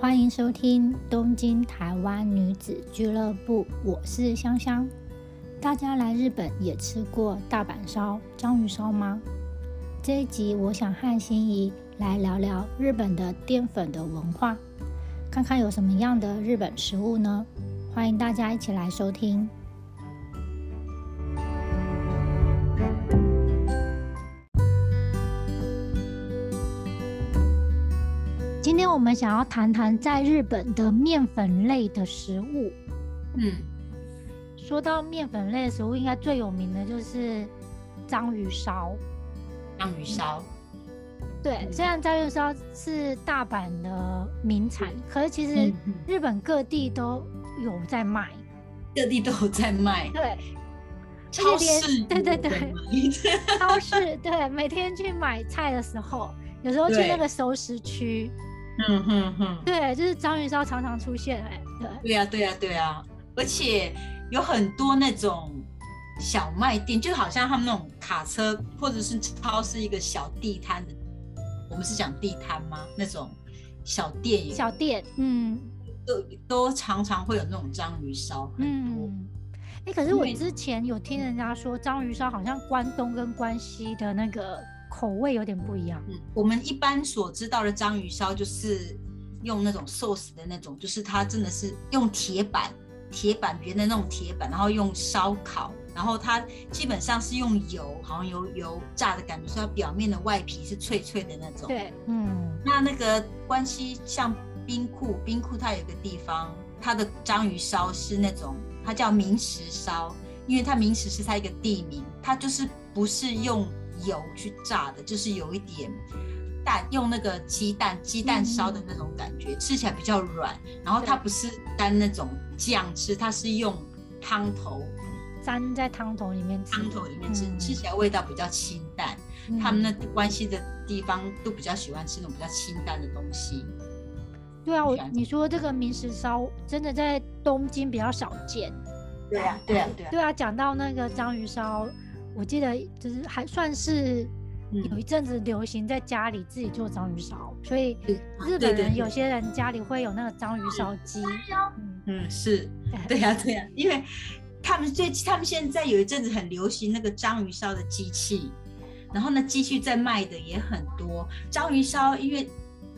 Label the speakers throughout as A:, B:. A: 欢迎收听东京台湾女子俱乐部，我是香香。大家来日本也吃过大阪烧、章鱼烧吗？这一集我想和心仪来聊聊日本的淀粉的文化，看看有什么样的日本食物呢？欢迎大家一起来收听。今天我们想要谈谈在日本的面粉类的食物。
B: 嗯，
A: 说到面粉类的食物，应该最有名的就是章鱼烧。
B: 章鱼烧，
A: 对，
B: 嗯
A: 虽然章鱼烧是大阪的名产，可是其实
B: 嗯嗯
A: 日本各地都有在卖。
B: 各地都有 在卖，
A: 对，
B: 超市
A: 对对对
B: 也有在卖
A: 超 市对，每天去买菜的时候，有时候去
B: 对
A: 那个熟食区，
B: 嗯哼哼，
A: 对，就是章鱼烧常常出现、哎，对，
B: 对呀、啊、对呀、啊、对呀、啊，而且有很多那种小卖店，就好像他们那种卡车或者是超市一个小地摊的，我们是讲地摊吗？那种小店也
A: 小店，嗯
B: 都都常常会有那种章鱼烧，很多。
A: 嗯。哎、可是我
B: 因为
A: 之前有听人家说，章鱼烧好像关东跟关西的那个口味有点不一样。
B: 嗯，我们一般所知道的章鱼烧就是用那种寿司的那种，就是它真的是用铁板、铁板圆的那种铁板，然后用烧烤，然后它基本上是用油，好像油油炸的感觉，所以它表面的外皮是脆脆的那种。，
A: 对，嗯，
B: 那那个关西像冰库，冰库它有一个地方，它的章鱼烧是那种，它叫明石烧，因为它明石是它一个地名，它就是不是用油去炸的，就是有一点蛋，用那个鸡蛋鸡蛋烧的那种感
A: 嗯
B: 觉，吃起来比较软，然后它
A: 对
B: 不是单那种酱吃，它是用汤头
A: 粘在汤头里面吃的，
B: 汤头里面吃，
A: 嗯
B: 吃起来味道比较清淡。他
A: 嗯
B: 们那关西的地方都比较喜欢吃那种比较清淡的东西。
A: 对啊，我
B: 喜欢
A: 你说这个明石烧真的在东京比较少见。
B: 对呀、对呀、对呀、
A: 对啊，讲到那个章鱼烧，我记得就是还算是
B: 嗯
A: 有一阵子流行在家里自己做章鱼烧，所以
B: 对
A: 日
B: 对
A: 本
B: 对
A: 人有
B: 对
A: 些人家里会有那个章鱼烧机。嗯
B: 嗯，是，对呀、对呀、因为他们最他们现在有一阵子很流行那个章鱼烧的机器，然后呢，机器在卖的也很多。章鱼烧因为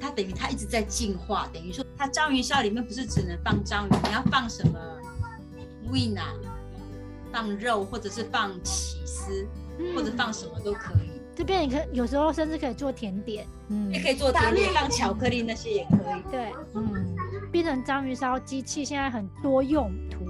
B: 它等于它一直在进化，等于说它章鱼烧里面不是只能放章鱼，你要放什么 win 啊，放肉或者是放起司或者放什么都可以。
A: 嗯这边也可以有时候甚至可以做甜点，嗯
B: 也，可以做甜点，放巧克力那些也可以。
A: 对，嗯，变成章鱼烧机器现在很多用途。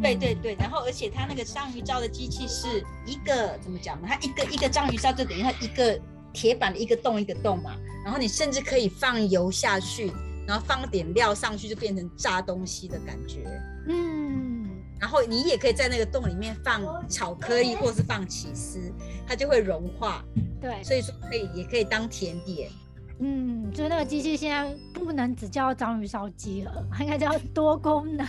B: 对
A: 嗯
B: 对对，然后而且它那个章鱼烧的机器是一个怎么讲呢？它一个一个章鱼烧就等于它一个铁板的一个洞一个洞嘛，然后你甚至可以放油下去，然后放点料上去，就变成炸东西的感觉。
A: 嗯，
B: 然后你也可以在那个洞里面放巧克力或是放起司，它就会融化，
A: 对，
B: 所以说可以也可以当甜点。
A: 嗯，所以那个机器现在不能只叫章鱼烧机了，它应该叫多功能。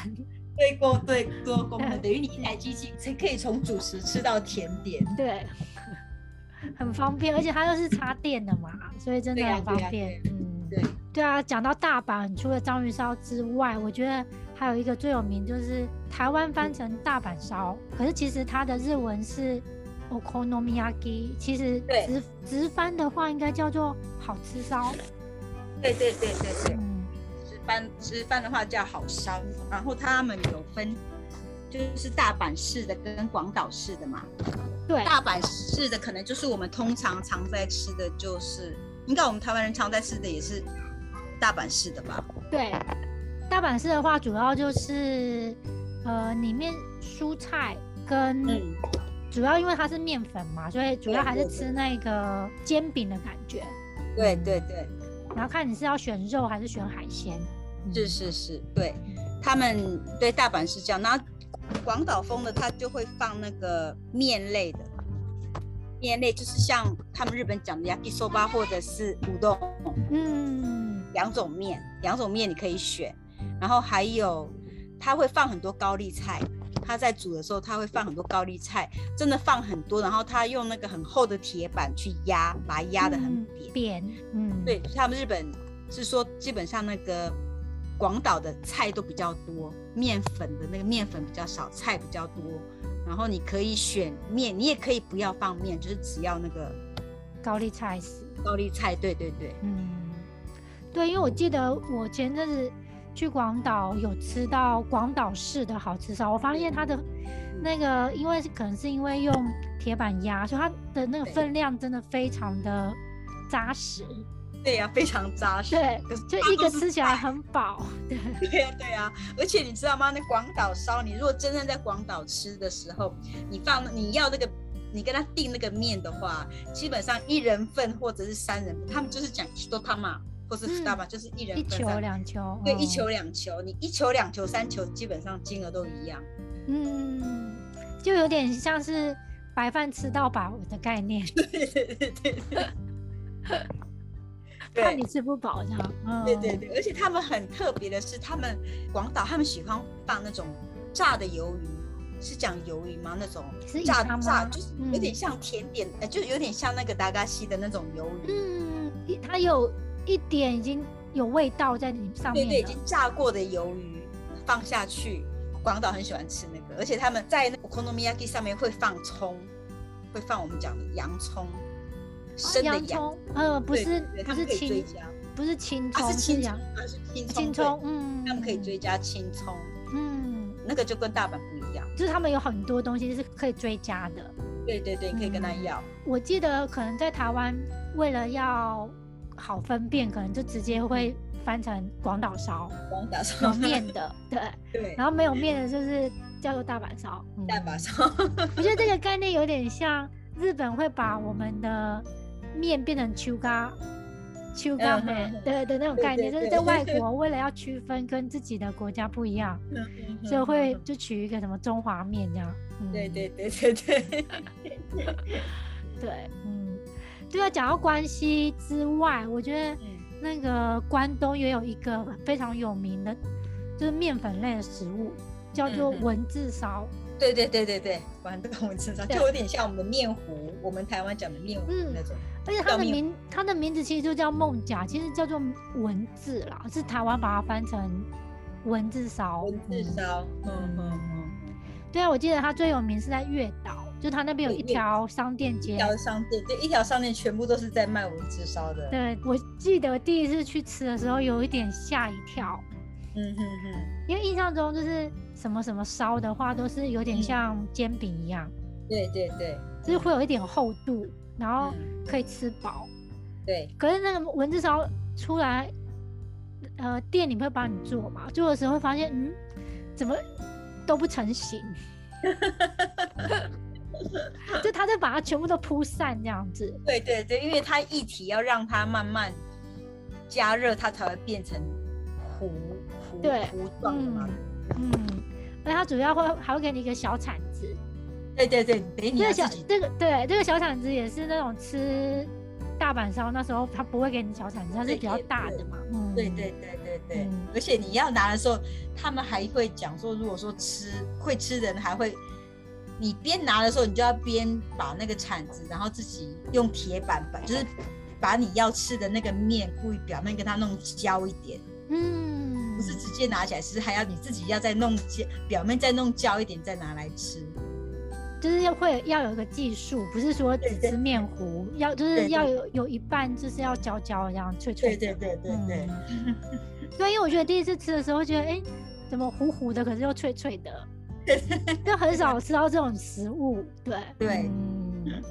B: 对锅对多功能，等于你一台机器才可以从主食吃到甜点。
A: 对，很方便，而且它又是插电的嘛，所以真的
B: 对呀
A: 很方
B: 对呀
A: 便。嗯，
B: 对，
A: 对啊，讲到大阪，除了章鱼烧之外，我觉得还有一个最有名就是台湾翻成大阪烧，可是其实它的日文是 okonomiyaki，其实
B: 对
A: 直直翻的话应该叫做好吃烧。
B: 对对对对对。
A: 嗯，
B: 吃饭吃饭的话叫好烧，然后他们有分，就是大阪市的跟广岛市的嘛。
A: 对，
B: 大阪市的可能就是我们通常常在吃的，就是应该我们台湾人常在吃的也是大阪市的吧？
A: 对，大阪市的话，主要就是呃，里面蔬菜跟、
B: 嗯
A: 主要因为它是面粉嘛，所以主要
B: 对
A: 还是
B: 对对
A: 吃那个煎饼的感觉。
B: 对对对，
A: 然后看你是要选肉还是选海鲜。嗯
B: 是是是，对他们对大阪是这样，然后广岛风的他就会放那个面类的。面类就是像他们日本讲的 yakisoba 或者是乌冬，
A: 嗯，
B: 两种面，两种面你可以选，然后还有它会放很多高丽菜，它在煮的时候它会放很多高丽菜，真的放很多，然后它用那个很厚的铁板去压，把它压得很
A: 嗯
B: 扁。
A: 扁，嗯，
B: 对，他们日本是说基本上那个广岛的菜都比较多，面粉的那个面粉比较少，菜比较多。然后你可以选面，你也可以不要放面，就是只要那个
A: 高丽菜丝，
B: 高丽菜。对对对，
A: 嗯，对，因为我记得我前阵子去广岛有吃到广岛市的好吃烧，我发现它的那个，因为是可能是因为用铁板压，所以它的那个
B: 对
A: 分量真的非常的扎实，
B: 对呀、非常扎实。
A: 对
B: 可是，
A: 就
B: 它
A: 一个
B: 都是
A: 吃起来很饱，对，
B: 对呀、对呀、啊而且你知道吗？那广岛烧，你如果真正在广岛吃的时候，你放你要那个，你跟他订那个面的话，基本上一人份或者是三人份，他们就是讲一多汤嘛，或是
A: 嗯
B: 知道吧，就是一人
A: 一
B: 份
A: 球
B: 三
A: 两球，
B: 对，
A: 嗯
B: 一球两球，你一球两球三球，基本上金额都一样。
A: 嗯，就有点像是白饭吃到饱的概念，
B: 对对对对对
A: 怕
B: 对
A: 你吃不饱这样。嗯，
B: 对对对，而且他们很特别的是，他们广岛他们喜欢放那种炸的鱿鱼，是讲鱿鱼吗？那种
A: 是
B: 炸
A: 以它吗
B: 炸就是有点
A: 嗯
B: 像甜点，呃，就是有点像那个达嘎西的那种鱿鱼，
A: 嗯，一它有一点已经有味道在你嗯上
B: 对
A: 面了。
B: 对，已经炸过的鱿鱼放下去，广岛很喜欢吃那个，而且他们在那个 okonomiyaki 上面会放葱，会放我们讲的洋葱，
A: 哦
B: 生的
A: 洋
B: 洋，
A: 葱，呃，不
B: 对
A: 是
B: 对
A: 不
B: 他
A: 是
B: 们可以追
A: 青，
B: 加，
A: 不是青
B: 啊
A: 葱，
B: 是青
A: 洋
B: 葱，啊是青葱，
A: 青
B: 对
A: 葱，嗯，
B: 他们可以追加青葱，
A: 嗯，
B: 那个就跟大阪不一样。
A: 就是他们有很多东西是可以追加的。
B: 对对对，你可以跟他
A: 嗯
B: 要。
A: 我记得可能在台湾，为了要好分辨，可能就直接会翻成广岛 烧，
B: 广岛
A: 有
B: 烧
A: 面的，对，
B: 对，
A: 然后没有面的就是叫做大阪烧。嗯
B: 大阪烧，
A: 我觉得这个概念有点像日本会把我们的面变成秋咖。秋咖
B: 嗯
A: 面
B: 嗯嗯
A: 对的那种概念，就
B: 对
A: 是
B: 对
A: 在
B: 对
A: 外国为了要区分跟自己的国家不一样，所以会就取一个什么中华面这样。嗯
B: 嗯对对对对对，
A: 对，嗯，对啊。讲到关西之外，我觉得
B: 嗯
A: 那个关东也有一个非常有名的，就是面粉类的食物，叫做
B: 嗯嗯
A: 文字烧。
B: 对对对对对，玩这个我们身上就
A: 对
B: 有点像我们的面糊，我们台湾讲的面糊
A: 嗯
B: 那种。
A: 而且它
B: 叫
A: 的
B: 面
A: 名，它的名字其实就叫梦甲，其实叫做文字啦，是台湾把它翻成文字烧。
B: 文字
A: 嗯
B: 烧，嗯嗯嗯，
A: 对啊，我记得它最有名是在月岛，就它那边有
B: 对
A: 一
B: 月岛
A: 条商店
B: 一
A: 街。
B: 条商店，对，一条商店全部都是在卖文字烧的。
A: 对，我记得第一次去吃的时候有一点吓一跳，
B: 嗯哼哼，
A: 因为印象中就是什么什么烧的话，都是有点
B: 嗯
A: 像煎饼一样，
B: 对对对，
A: 就是会有一点厚度，然后
B: 嗯
A: 可以吃饱。
B: 对
A: 可是那个文字烧出来，呃，店里会帮你做嘛？做的时候会发现，嗯，怎么都不成 型，就他在把它全部都铺散这样子。
B: 对对对，因为它一体要让它慢慢加热，它才会变成糊糊
A: 对
B: 糊状的嘛。
A: 嗯，而它主要会还会给你一个小铲子，
B: 对对对，等你
A: 这
B: 要
A: 个
B: 自
A: 小
B: 己
A: 这个对这个小铲子也是那种吃大阪烧那时候他不会给你小铲子，它是
B: 对
A: 比较
B: 也
A: 大的嘛。嗯，
B: 对对对对对，
A: 嗯
B: 而且你要拿的时候，他们还会讲说，如果说吃会吃的人还会，你边拿的时候，你就要边把那个铲子，然后自己用铁板把，就是把你要吃的那个面故意表面跟它弄焦一点，
A: 嗯，
B: 不是直接拿起来吃，还要你自己要再弄焦，表面再弄焦一点再拿来吃。
A: 就是要会要有一个技术，不是说只吃面糊，要就是
B: 对对
A: 要有有一半就是要焦焦这样脆脆
B: 对
A: 的。
B: 对对对对，
A: 嗯对，因为我觉得第一次吃的时候会觉得，哎，怎么糊糊的，可是又脆脆 的，就很少吃到这种食物。对
B: 对
A: 嗯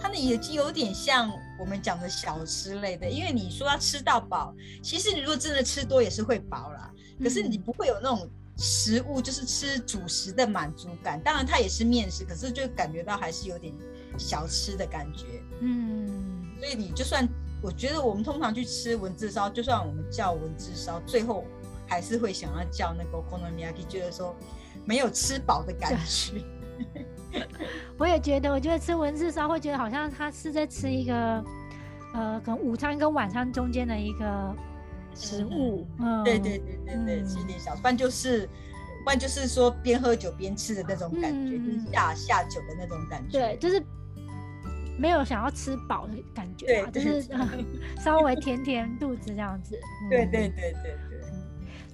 B: 它那也有点像我们讲的小吃类的，因为你说要吃到饱，其实你如果真的吃多也是会饱啦。可是你
A: 嗯
B: 不会有那种食物就是吃主食的满足感。当然它也是面食，可是就感觉到还是有点小吃的感觉。
A: 嗯，
B: 所以你就算我觉得我们通常去吃文字烧，就算我们叫文字烧，最后还是会想要叫那个 okonomiyaki，觉得说没有吃饱的感觉。
A: 我也觉得，我觉得吃文字烧会觉得好像他是在吃一个，呃，可能午餐跟晚餐中间的一个食物。嗯，
B: 对对对对对，吃点小，不然就是，不然就是说边喝酒边吃的那种感觉，就是
A: 嗯
B: 下下酒的那种感觉。
A: 对，就是没有想要吃饱的感觉啊，就
B: 对
A: 是
B: 对
A: 呃 稍微填填肚子这样 子。嗯
B: 对对对对对，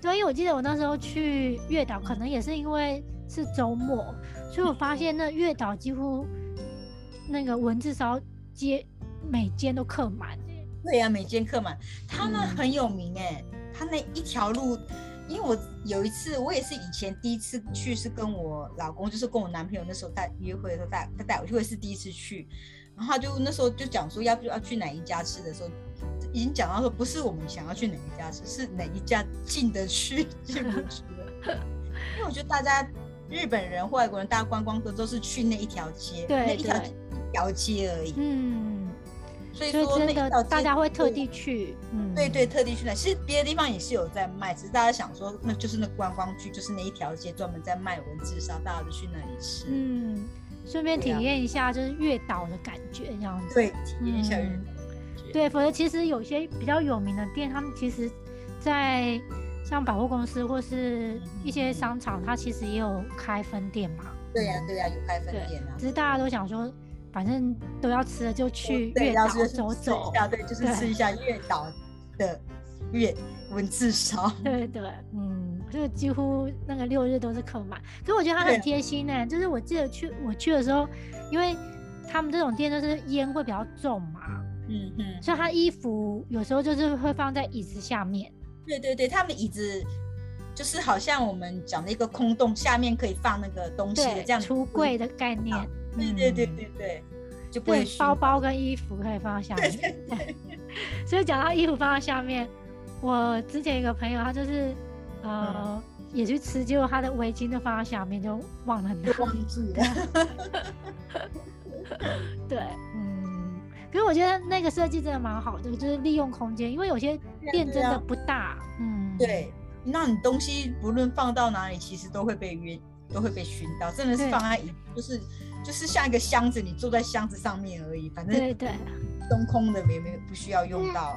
A: 对，因为我记得我那时候去月岛，可能也是因为是周末，所以我发现那月岛几乎那个文字烧街每间都客满、欸。
B: 对呀、美间客满，他那
A: 嗯
B: 很有名哎、他那一条路，因为我有一次，我也是以前第一次去是跟我老公，就是跟我男朋友那时候带约会的时候带他带我去，我也是第一次去，然后他就那时候就讲说要不要去哪一家吃的时候。已经讲到说，不是我们想要去哪一家吃，是哪一家进得去进不去的。因为我觉得大家日本人、外国人，大家观光客都是去那一条街，
A: 对
B: 那一条
A: 对
B: 一条街而已。
A: 嗯，
B: 所以
A: 所以
B: 说那
A: 真
B: 一条
A: 的
B: 街
A: 大家会特
B: 对
A: 地去。嗯，
B: 对对，特地去那，其实别的地方也是有在卖，只是大家想说，那就是那观光区，就是那一条街专门在卖文字烧，大家都去那里吃。
A: 嗯，顺便体
B: 对啊
A: 验一下就是月岛的感觉这样子。
B: 对，体验一下日
A: 嗯
B: 本的感觉。
A: 对，否则其实有些比较有名的店，他们其实，在像百货公司或是一些商场，它其实也有开分店嘛。
B: 对呀、对呀、有开分
A: 对
B: 店啊。
A: 只是大家都想说，反正都要吃了就去
B: 哦对
A: 月
B: 然
A: 岛
B: 后就是
A: 走
B: 吃
A: 走
B: 一。下，对，就是
A: 对
B: 吃一下月岛的月文字 烧。
A: 对对，嗯，就几乎那个六日都是客满。可我觉得他
B: 对
A: 很贴心呢、欸就是我记得去我去的时候，因为他们这种店就是烟会比较重嘛，
B: 嗯嗯，
A: 所以他衣服有时候就是会放在椅子下面。
B: 对对对，他们椅子就是好像我们讲的一个空洞，下面可以放那个东西的
A: 对
B: 这样，子嗯
A: 橱柜。的概念。
B: 对对对
A: 嗯
B: 对对，就不会
A: 对，
B: 虚
A: 包包跟衣服可以放到下面。 对所以讲到衣服放到下面，我之前有个朋友，他就是呃、也去吃，结果他的围巾就放到下面，就忘了拿
B: 就。忘记了。
A: 对， 嗯。可是我觉得那个设计真的蛮好的，就是利用空间，因为有些店真
B: 对啊
A: 的不大，嗯，，
B: 对，那你东西不论放到哪里，其实都会被晕，都会被熏到。真的是
A: 对
B: 放在一，就是就是像一个箱子，你坐在箱子上面而已，反正
A: 对对，
B: 中空的也没有不需要用到。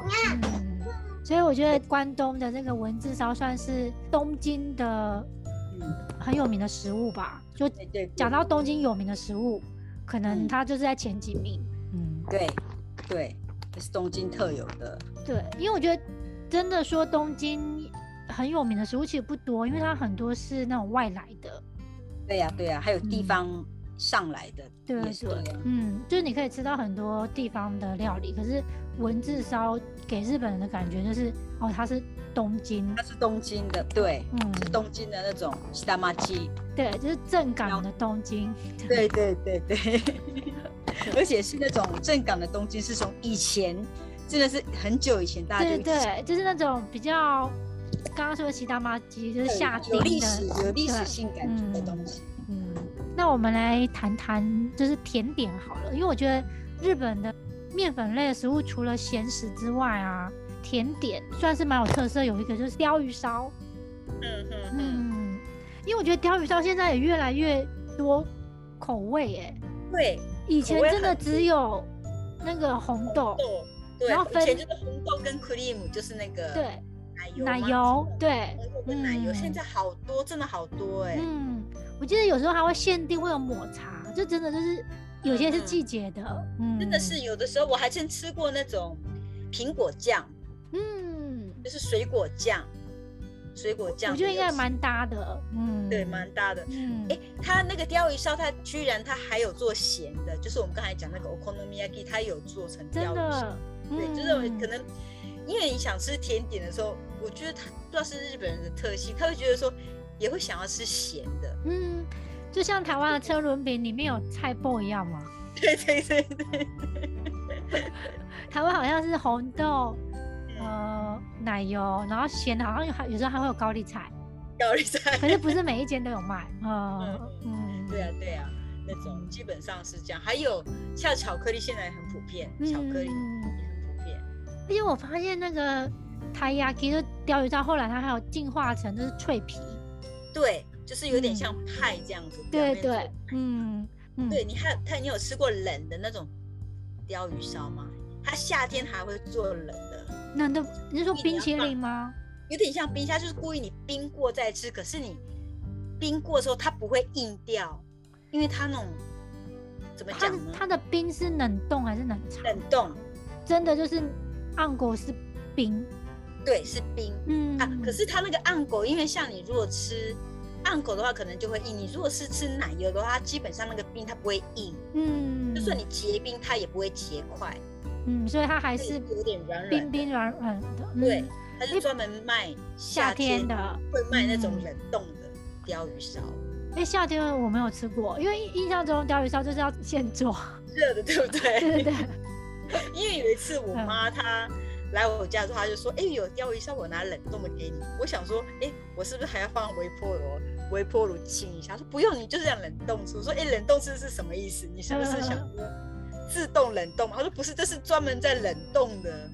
A: 嗯。所以我觉得关东的那个文字烧算是东京的
B: 嗯，
A: 很有名的食物吧，就
B: 对对，对
A: 讲到东京有名的食物，可能
B: 嗯
A: 它就是在前几名。嗯，
B: 对对，这是东京特有的。
A: 对，因为我觉得真的说东京很有名的食物其实不多，因为它很多是那种外来的。
B: 对呀、对呀、还有
A: 嗯
B: 方上来的
A: 对
B: 也是
A: 对
B: 啊，
A: 嗯，就是你可以吃到很多地方的料理，可是文字烧给日本人的感觉就是，哦，它是东京，
B: 它是东京的，对，
A: 嗯，
B: 京的那种西大妈鸡。
A: 对，就是正港的东京，
B: 对对对对， 而且是那种正港的东京，是从以前真的是很久以前大家就
A: 对
B: 一直
A: 对，就是那种比较刚刚说的骑大妈鸡，就是下町
B: 有历史
A: 的，
B: 有历史
A: 对
B: 性感觉的东西。
A: 嗯，那我们来谈谈就是甜点好了，因为我觉得日本的面粉类的食物除了咸食之外啊，甜点算是蛮有特色，有一个就是鲷鱼烧，
B: 嗯嗯嗯，
A: 嗯，因为我觉得鲷鱼烧现在也越来越多口味哎、
B: 对，
A: 以前
B: 口味
A: 真的
B: 很
A: 只有那个红豆，
B: 豆，哦对，
A: 然后分
B: 以前就是红豆跟 cream，就是那个
A: 对，
B: 奶油
A: 奶
B: 吗
A: 油，，对，
B: 红豆跟奶油，
A: 嗯
B: 现在好多，真的好多哎。
A: 嗯，我记得有时候还会限定会有抹茶，就真的就是有些是
B: 嗯
A: 季节的，嗯，
B: 真的是，有的时候我还曾吃过那种苹果酱，
A: 嗯。
B: 就是水果酱，水果酱
A: 我
B: 的
A: 觉
B: 有吃，
A: 得应该蛮搭的，嗯，
B: 对，蛮大的。
A: 嗯，
B: 哎，它那个鲷鱼烧，它居然它还有做咸的，就是我们刚才讲那个 okonomiyaki，它有做成鲷
A: 真
B: 鱼烧。
A: 的，
B: 对，
A: 嗯
B: 就是可能因为你想吃甜点的时候，我觉得他不知道是日本人的特性，他会觉得说也会想要吃咸的。
A: 嗯，就像台湾的车轮饼里面有菜脯一样嘛，
B: 对对对对，
A: 台湾好像是红豆，
B: 嗯，
A: 呃，奶油，然后咸的，好像有还有时候还会有高丽菜，
B: 高丽菜。
A: 可是不是每一间都有卖，呃，嗯，
B: 对啊对啊，那种基本上是这样。还有像巧克力现在很普遍，巧克力也
A: 嗯
B: 很普遍。
A: 而且我发现那个 taiyaki 就鲷鱼烧，后来它还有进化成就是脆皮，
B: 对，就是有点
A: 嗯
B: 像派这样子。表
A: 对
B: 面做
A: 对，嗯嗯，
B: 对你还有他，你有吃过冷的那种鲷鱼烧吗？它夏天还会做冷的。
A: 嗯那都你是说
B: 你
A: 冰
B: 要
A: 淇
B: 放
A: 淋吗？
B: 有点像冰虾，就是故意你冰过再吃，可是你冰过之后它不会硬掉，因为它那种怎么
A: 它的
B: 讲呢？
A: 它的冰是冷冻还是冷藏？
B: 冷冻，
A: 真的就是暗果是冰，
B: 对，是冰
A: 嗯，
B: 啊。可是它那个暗狗，因为像你如果吃暗狗的话，可能就会硬；你如果是吃奶油的话，它基本上那个冰它不会硬，
A: 嗯，
B: 就算你结冰，它也不会结块，
A: 嗯，所以它还
B: 还
A: 是
B: 有点软软
A: 冰
B: 的。
A: 冰软软的，嗯
B: 对，它是专门卖
A: 夏
B: 夏
A: 天
B: 天
A: 的。
B: 会卖那种
A: 嗯
B: 冷冻的鲷鱼烧，
A: 哎，夏天我没有吃过，因为印印象中鲷鱼烧就是要现 做，
B: 热的，对不
A: 对对
B: 对？
A: 对，
B: 因为有一次我
A: 嗯
B: 妈她来我家之后，她就说：“哎、有鲷鱼烧，我拿冷冻的给你。”我想说：“哎、我是不是还要放微波炉？微波炉清一下？”她说：“不用，你就是这样冷冻吃。”我说：“哎、冷冻吃是什么意思？你是不是想说自动冷冻嘛？”她说：“不是，这是专门在冷冻的。”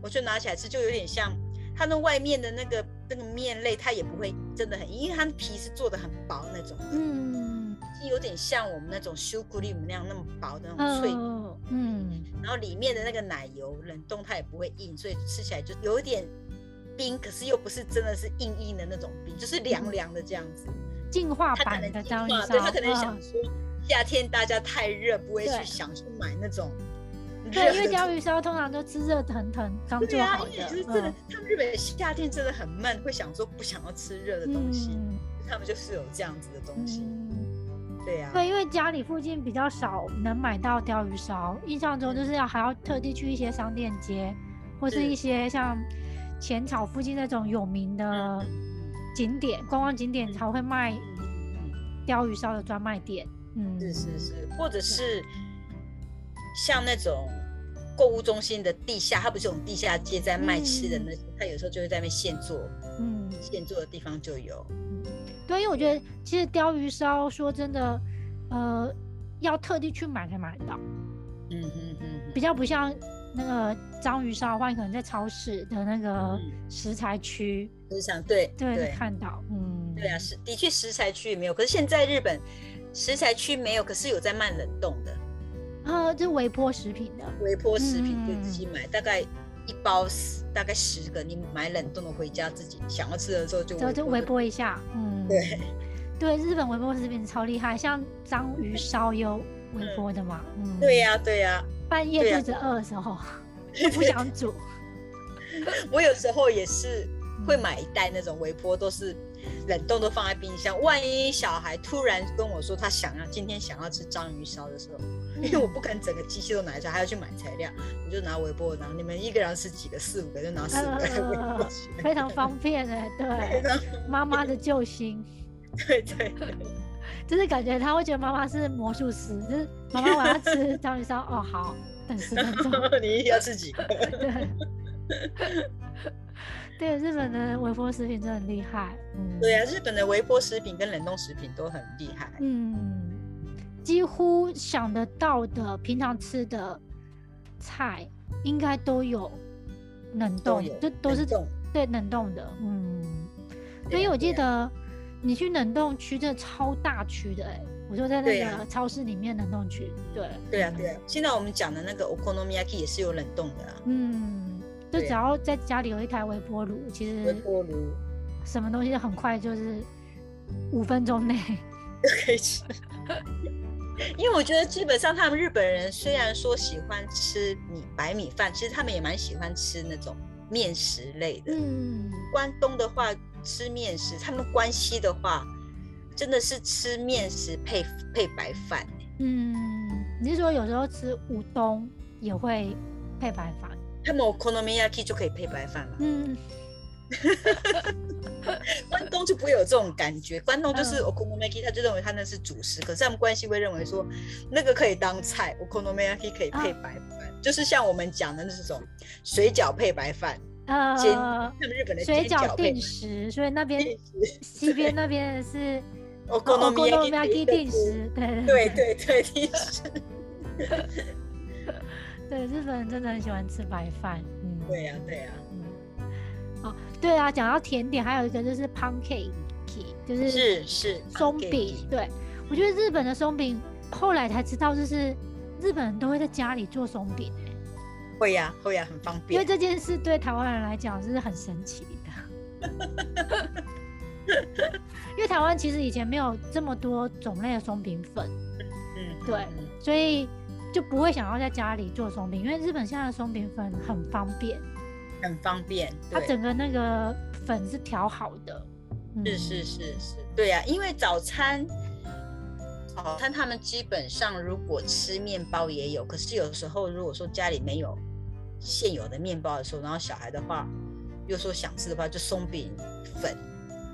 B: 我就拿起来吃，就有点像它那外面的那个那个面类，它也不会真的很硬，因为它的皮是做的很薄那种的。
A: 嗯，
B: 是有点像我们那种修古力姆那样那么薄的那种脆，
A: 呃，嗯，
B: 然后里面的那个奶油冷冻它也不会硬，所以吃起来就有一点冰，可是又不是真的是硬硬的那种冰，就是凉凉的这样子。
A: 进化
B: 它可
A: 版
B: 能
A: 的
B: 计划
A: 章鱼烧，
B: 对他可能
A: 嗯
B: 想说夏天大家太热，不会
A: 对
B: 去想去买那种热
A: 对，因为
B: 的
A: 鲷鱼烧通常都吃热腾腾刚
B: 对
A: 做
B: 啊
A: 好，
B: 因为
A: 的，嗯
B: 就是真的，他们日本人夏天真的很闷，会想说不想要吃热的东西，
A: 嗯
B: 他们就是有这样子的东西。
A: 嗯，
B: 对啊，
A: 对，因为家里附近比较少能买到鲷鱼烧，印象中就是要还要特地去一些商店街，或是
B: 嗯是
A: 一些像浅草附近那种有名的景点、观光景点才会卖
B: 嗯嗯嗯
A: 鲷鱼烧的专卖店。嗯，
B: 是是是，或者是像那种购物中心的地下，它不是有地下街在卖吃的那些，它有时候就会在那边现做，
A: 嗯，
B: 现做的地方就有。
A: 对，因为我觉得其实鲷鱼烧说真的，呃，要特地去买才买得到。
B: 嗯嗯嗯
A: 比较不像那个章鱼烧的话，你可能在超市的那个
B: 嗯
A: 食材区，
B: 嗯，就是想对
A: 对，
B: 对
A: 看到，嗯，
B: 对啊，是的确食材区也没有，可是现在日本食材区没有，可是有在卖冷冻的
A: 呃，这微波食品的，
B: 微波食品，对
A: 嗯
B: 自己买大概。一包十大概十个，你买冷冻的回家，自己想要吃的时候就
A: 就就微
B: 微
A: 波一下，嗯，
B: 对，
A: 对，日本微波食品超厉害，像章鱼烧有微波的嘛，嗯，
B: 对、呀对呀，
A: 半夜
B: 对啊
A: 肚子饿的时候不想煮，
B: 我有时候也是 会买一袋那种微波，都是冷冻都放在冰箱。万一小孩突然跟我说他想要今天想要吃章鱼烧的时候，因为我不肯整个机器都拿下，还要去买材料，我就拿微波，然后你们一个人要吃几个，四五个就拿四五个来微波起来。
A: 嗯非常方便的， 对，妈妈的救星。
B: 对对对，
A: 就是感觉他会觉得妈妈是魔术师，就是妈妈我要吃章鱼烧，哦好，等十分 钟，
B: 你一定要吃几个？
A: 对，对，日本的微波食品真的很厉害。嗯，
B: 对啊，日本的微波食品跟冷冻食品都很厉害。
A: 嗯，几乎想得到的平常吃的菜应该都有冷冻
B: 有，
A: 这都是
B: 冷冻
A: 对冷冻的。嗯，因
B: 对
A: 为
B: 啊
A: 我记
B: 对
A: 得你去冷冻区，真的超大区的哎、我就在那
B: 对啊
A: 个超市里面冷冻区，对，
B: 对啊
A: 嗯
B: 对啊，现在我们讲的那个 okonomiyaki 也是有冷冻的啊，
A: 嗯，就
B: 对啊
A: 只要在家里有一台微波炉，其
B: 微
A: 实
B: 波炉
A: 什么东西很快就是五分钟内。
B: 可以吃。 因为我觉得基本上他们日本人虽然说喜欢吃米白米饭，其实他们也蛮喜欢吃那种面食类的。
A: 嗯，
B: 关东的话吃面食，他们关西的话真的是吃面食配配白饭。
A: 嗯，你是说有时候吃乌冬也会配白饭？
B: 他们 okonomiyaki 就可以配白饭了，
A: 嗯，
B: 关东就不会有这种感觉。关东就是
A: 嗯
B: okonomiyaki，他就认为他那是主食，可是他们关西会认为说那个可以当菜，okonomiyaki 可以配白
A: 嗯
B: 饭，就是像我们讲的那种水饺配白饭。煎
A: 呃
B: 他，们日本的
A: 水
B: 煎
A: 饺
B: 饺
A: 定时，所以那边西边那边 是
B: 我
A: o o k o n o m i
B: okonomiyaki
A: 哦定，时，对
B: 对对对，定时，
A: 对，日本人真的很喜欢吃白饭。嗯，
B: 对呀对呀，
A: 嗯，哦，对啊，讲到甜点，还有一个就是 pancake，就是
B: 是是
A: 松饼。，对，我觉得日本的松饼，后来才知道，就是日本人都会在家里做松饼、欸，
B: 会呀会呀，很方
A: 因为
B: 便。
A: 这件事对台湾人来讲就是很神奇的。 因为台湾其实以前没有这么多种类的松饼粉，
B: 嗯，
A: 对
B: 嗯
A: 所以就不会想要在家里做松饼，因为日本现在的松饼粉很方便，
B: 很方便。
A: 它
B: 对，
A: 整个那个粉是调好的。嗯
B: 是是是是，对啊，因为早餐，早餐他们基本上如果吃面包也有，可是有时候如果说家里没有现有的面包的时候，然后小孩的话又说想吃的话，就松饼粉。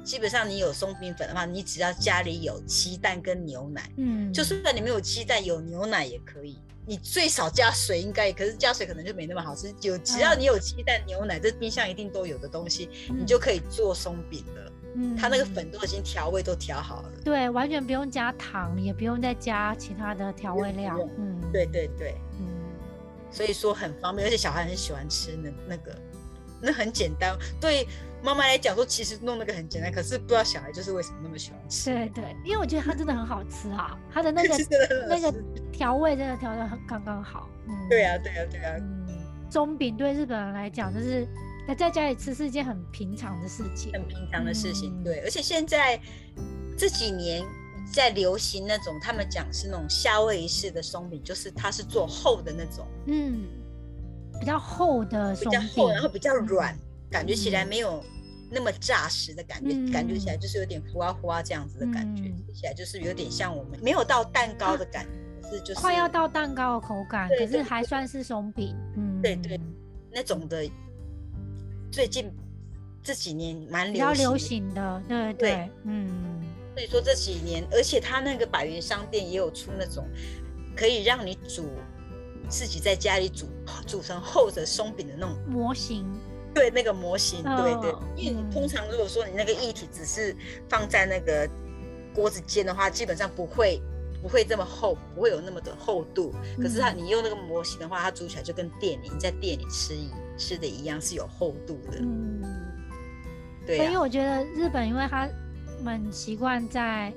B: 基本上你有松饼粉的话，你只要家里有鸡蛋跟牛奶，
A: 嗯，
B: 就算你没有鸡蛋，有牛奶也可以。你最少加水应该，可是加水可能就没那么好吃。有只要你有鸡蛋、牛奶，这冰箱一定都有的东西，
A: 嗯
B: 你就可以做松饼了。
A: 嗯
B: 它那个粉都已经调味都调好了。
A: 对，完全不用加糖，也不用再加其他的调味料
B: 不用。
A: 嗯，
B: 对对对，
A: 嗯，
B: 所以说很方便，而且小孩很喜欢吃那那个，那很简单。对妈妈来讲说，其实弄那个很简单，可是不知道小孩就是为什么那么喜欢吃。
A: 对对，因为我觉得它真的很好吃啊，它的那个
B: 是真的很好
A: 那个
B: 吃
A: 调味真的调的很刚刚好。嗯，
B: 对啊对啊对啊，
A: 嗯，松饼对日本人来讲，就是那在家里吃是一件很平常的事情。
B: 很平常的事情。
A: 嗯
B: 对，而且现在这几年在流行那种，他们讲是那种夏威夷式的松饼，就是它是做厚的那种，
A: 嗯，比较厚的
B: 比
A: 松
B: 较
A: 饼，
B: 厚，然后比较软，感觉起来
A: 嗯
B: 没有那么扎实的感觉，
A: 嗯
B: 感觉起来就是有点糊啊糊啊这样子的感觉，
A: 嗯
B: 吃起来就是有点像我们没有到蛋糕的感觉，可是就是
A: 快要到蛋糕的口感，
B: 对
A: 可是
B: 对
A: 还算是松饼。嗯，
B: 对对那种的，最近。这几年蛮
A: 比较
B: 流
A: 流
B: 行的
A: 行的，对
B: 对
A: 对，嗯，
B: 所以说这几年，而且他那个百元商店也有出那种可以让你煮自己在家里煮煮成厚的松饼的那种，
A: 模型，
B: 对那个模型，
A: 哦
B: 对对。因为
A: 嗯
B: 你通常如果说你那个液体只是放在那个锅子煎的话，基本上不会不会这么厚，不会有那么的厚度。可是它
A: 嗯
B: 你用那个模型的话，它煮起来就跟店里你在店里吃一吃的一样是有厚度的，
A: 嗯。
B: 对
A: 所以
B: 啊，
A: 我觉得日本，因为他们习惯在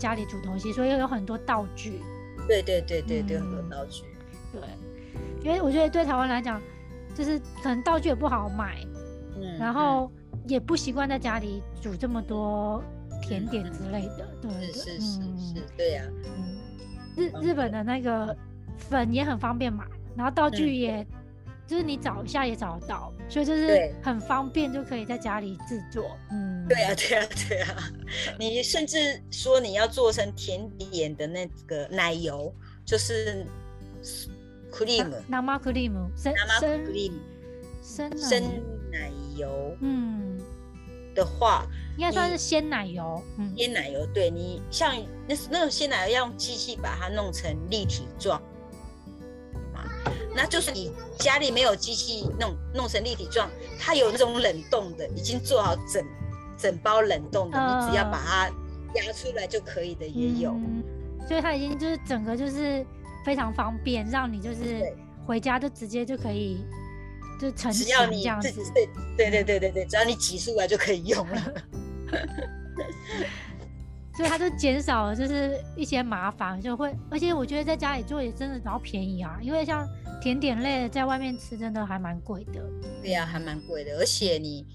A: 家里煮东西，所以有很多道具。
B: 对对对对对，很多
A: 嗯
B: 道具。
A: 对，因为我觉得对台湾来讲，就是可能道具也不好买，
B: 嗯，
A: 然
B: 嗯
A: 后也不习惯在家里煮这么多甜点之类的。对对对
B: 是是是是，对啊呀、
A: 嗯日日本的那个粉也很方便买，然后道具
B: 嗯
A: 也。就是你找一下也找得到，所以就是
B: 对
A: 很方便，就可以在家里制作。嗯，
B: 对啊，对啊，对啊！你甚至说你要做成甜点的那个奶油，就是 cream
A: 那 a cream 生
B: nama
A: 生
B: cream
A: 生奶
B: 生奶油
A: 嗯，
B: 的话，
A: 应该算是
B: 你
A: 鲜奶油，嗯，
B: 鲜奶油对你像那那种鲜奶油要用机器把它弄成立体状嘛，那就是你家里没有机器弄弄成立体状，它有那种冷冻的，已经做好整整包冷冻的，你只要把它压出来就可以的也有。
A: 嗯所以它已经就是整个就是非常方便，让你就是
B: 对
A: 回家就直接就可以就成
B: 只
A: 型
B: 要
A: 这
B: 你
A: 样
B: 自
A: 子
B: 己，对对对对对对，只要你挤出来就可以用了。
A: 所以它就减少了就是一些麻烦，就会，而且我觉得在家里做也真的比较便宜啊，因为像甜点类的在外面吃真的还蛮贵的，
B: 对呀、还蛮贵的，而且你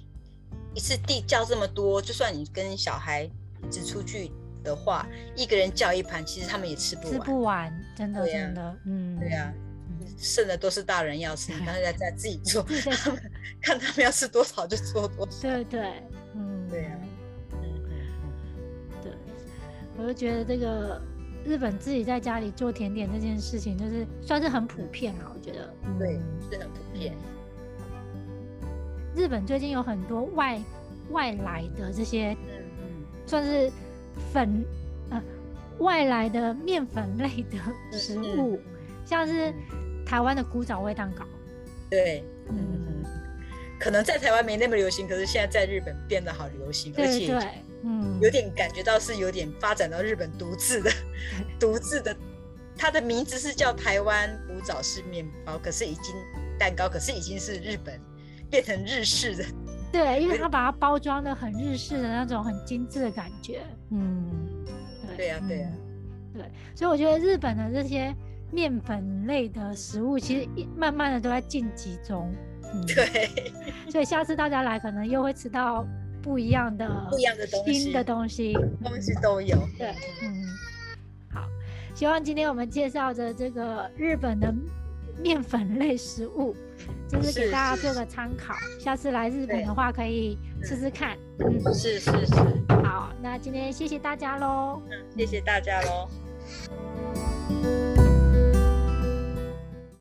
B: 一次地叫这么多，就算你跟小孩只出去的话，一个人叫一盘，其实他们也吃不
A: 吃
B: 完。
A: 不完，真的
B: 对呀
A: 真的，嗯，
B: 对啊呀、
A: 嗯
B: 剩的都是大人要吃，你当然在自己做，
A: 自己在
B: 他们看他们要吃多少就做多少。
A: 对对，嗯，
B: 对呀嗯
A: 对，我就觉得这个日本自己在家里做甜点这件事情，就是算是很普遍了。我觉得，嗯
B: 对，是很普遍。
A: 日本最近有很多外外来的这些
B: 嗯嗯，
A: 算是粉呃外来的面粉类
B: 嗯
A: 的食物，像是台湾的古早味蛋糕，
B: 对，
A: 嗯
B: 嗯，可能在台湾没那么流行，可是现在在日本变得好流行，而
A: 对
B: 且
A: 对，嗯，
B: 有点感觉到是有点发展到日本独自的独自的，它的名字是叫台湾古早式面包，可是已经蛋糕，可是已经是日本变成日式的，
A: 对，因为它把它包装的很日式的那种很精致的感觉，嗯，
B: 对呀对呀
A: 嗯对，所以我觉得日本的这些面粉类的食物，其实一慢慢的都在晋级中，嗯，
B: 对，
A: 所以下次大家来可能又会吃到不一样的、
B: 不一样的东西
A: 新的东西，
B: 东西都有。
A: 对，嗯，好，希望今天我们介绍的这个日本的面粉类食物，就是给
C: 是
A: 大家
C: 是
A: 做个参考。下次来日本的话，可以试试看。嗯，
C: 是是是，
A: 好，那今天谢谢大家喽。
C: 谢谢大家喽。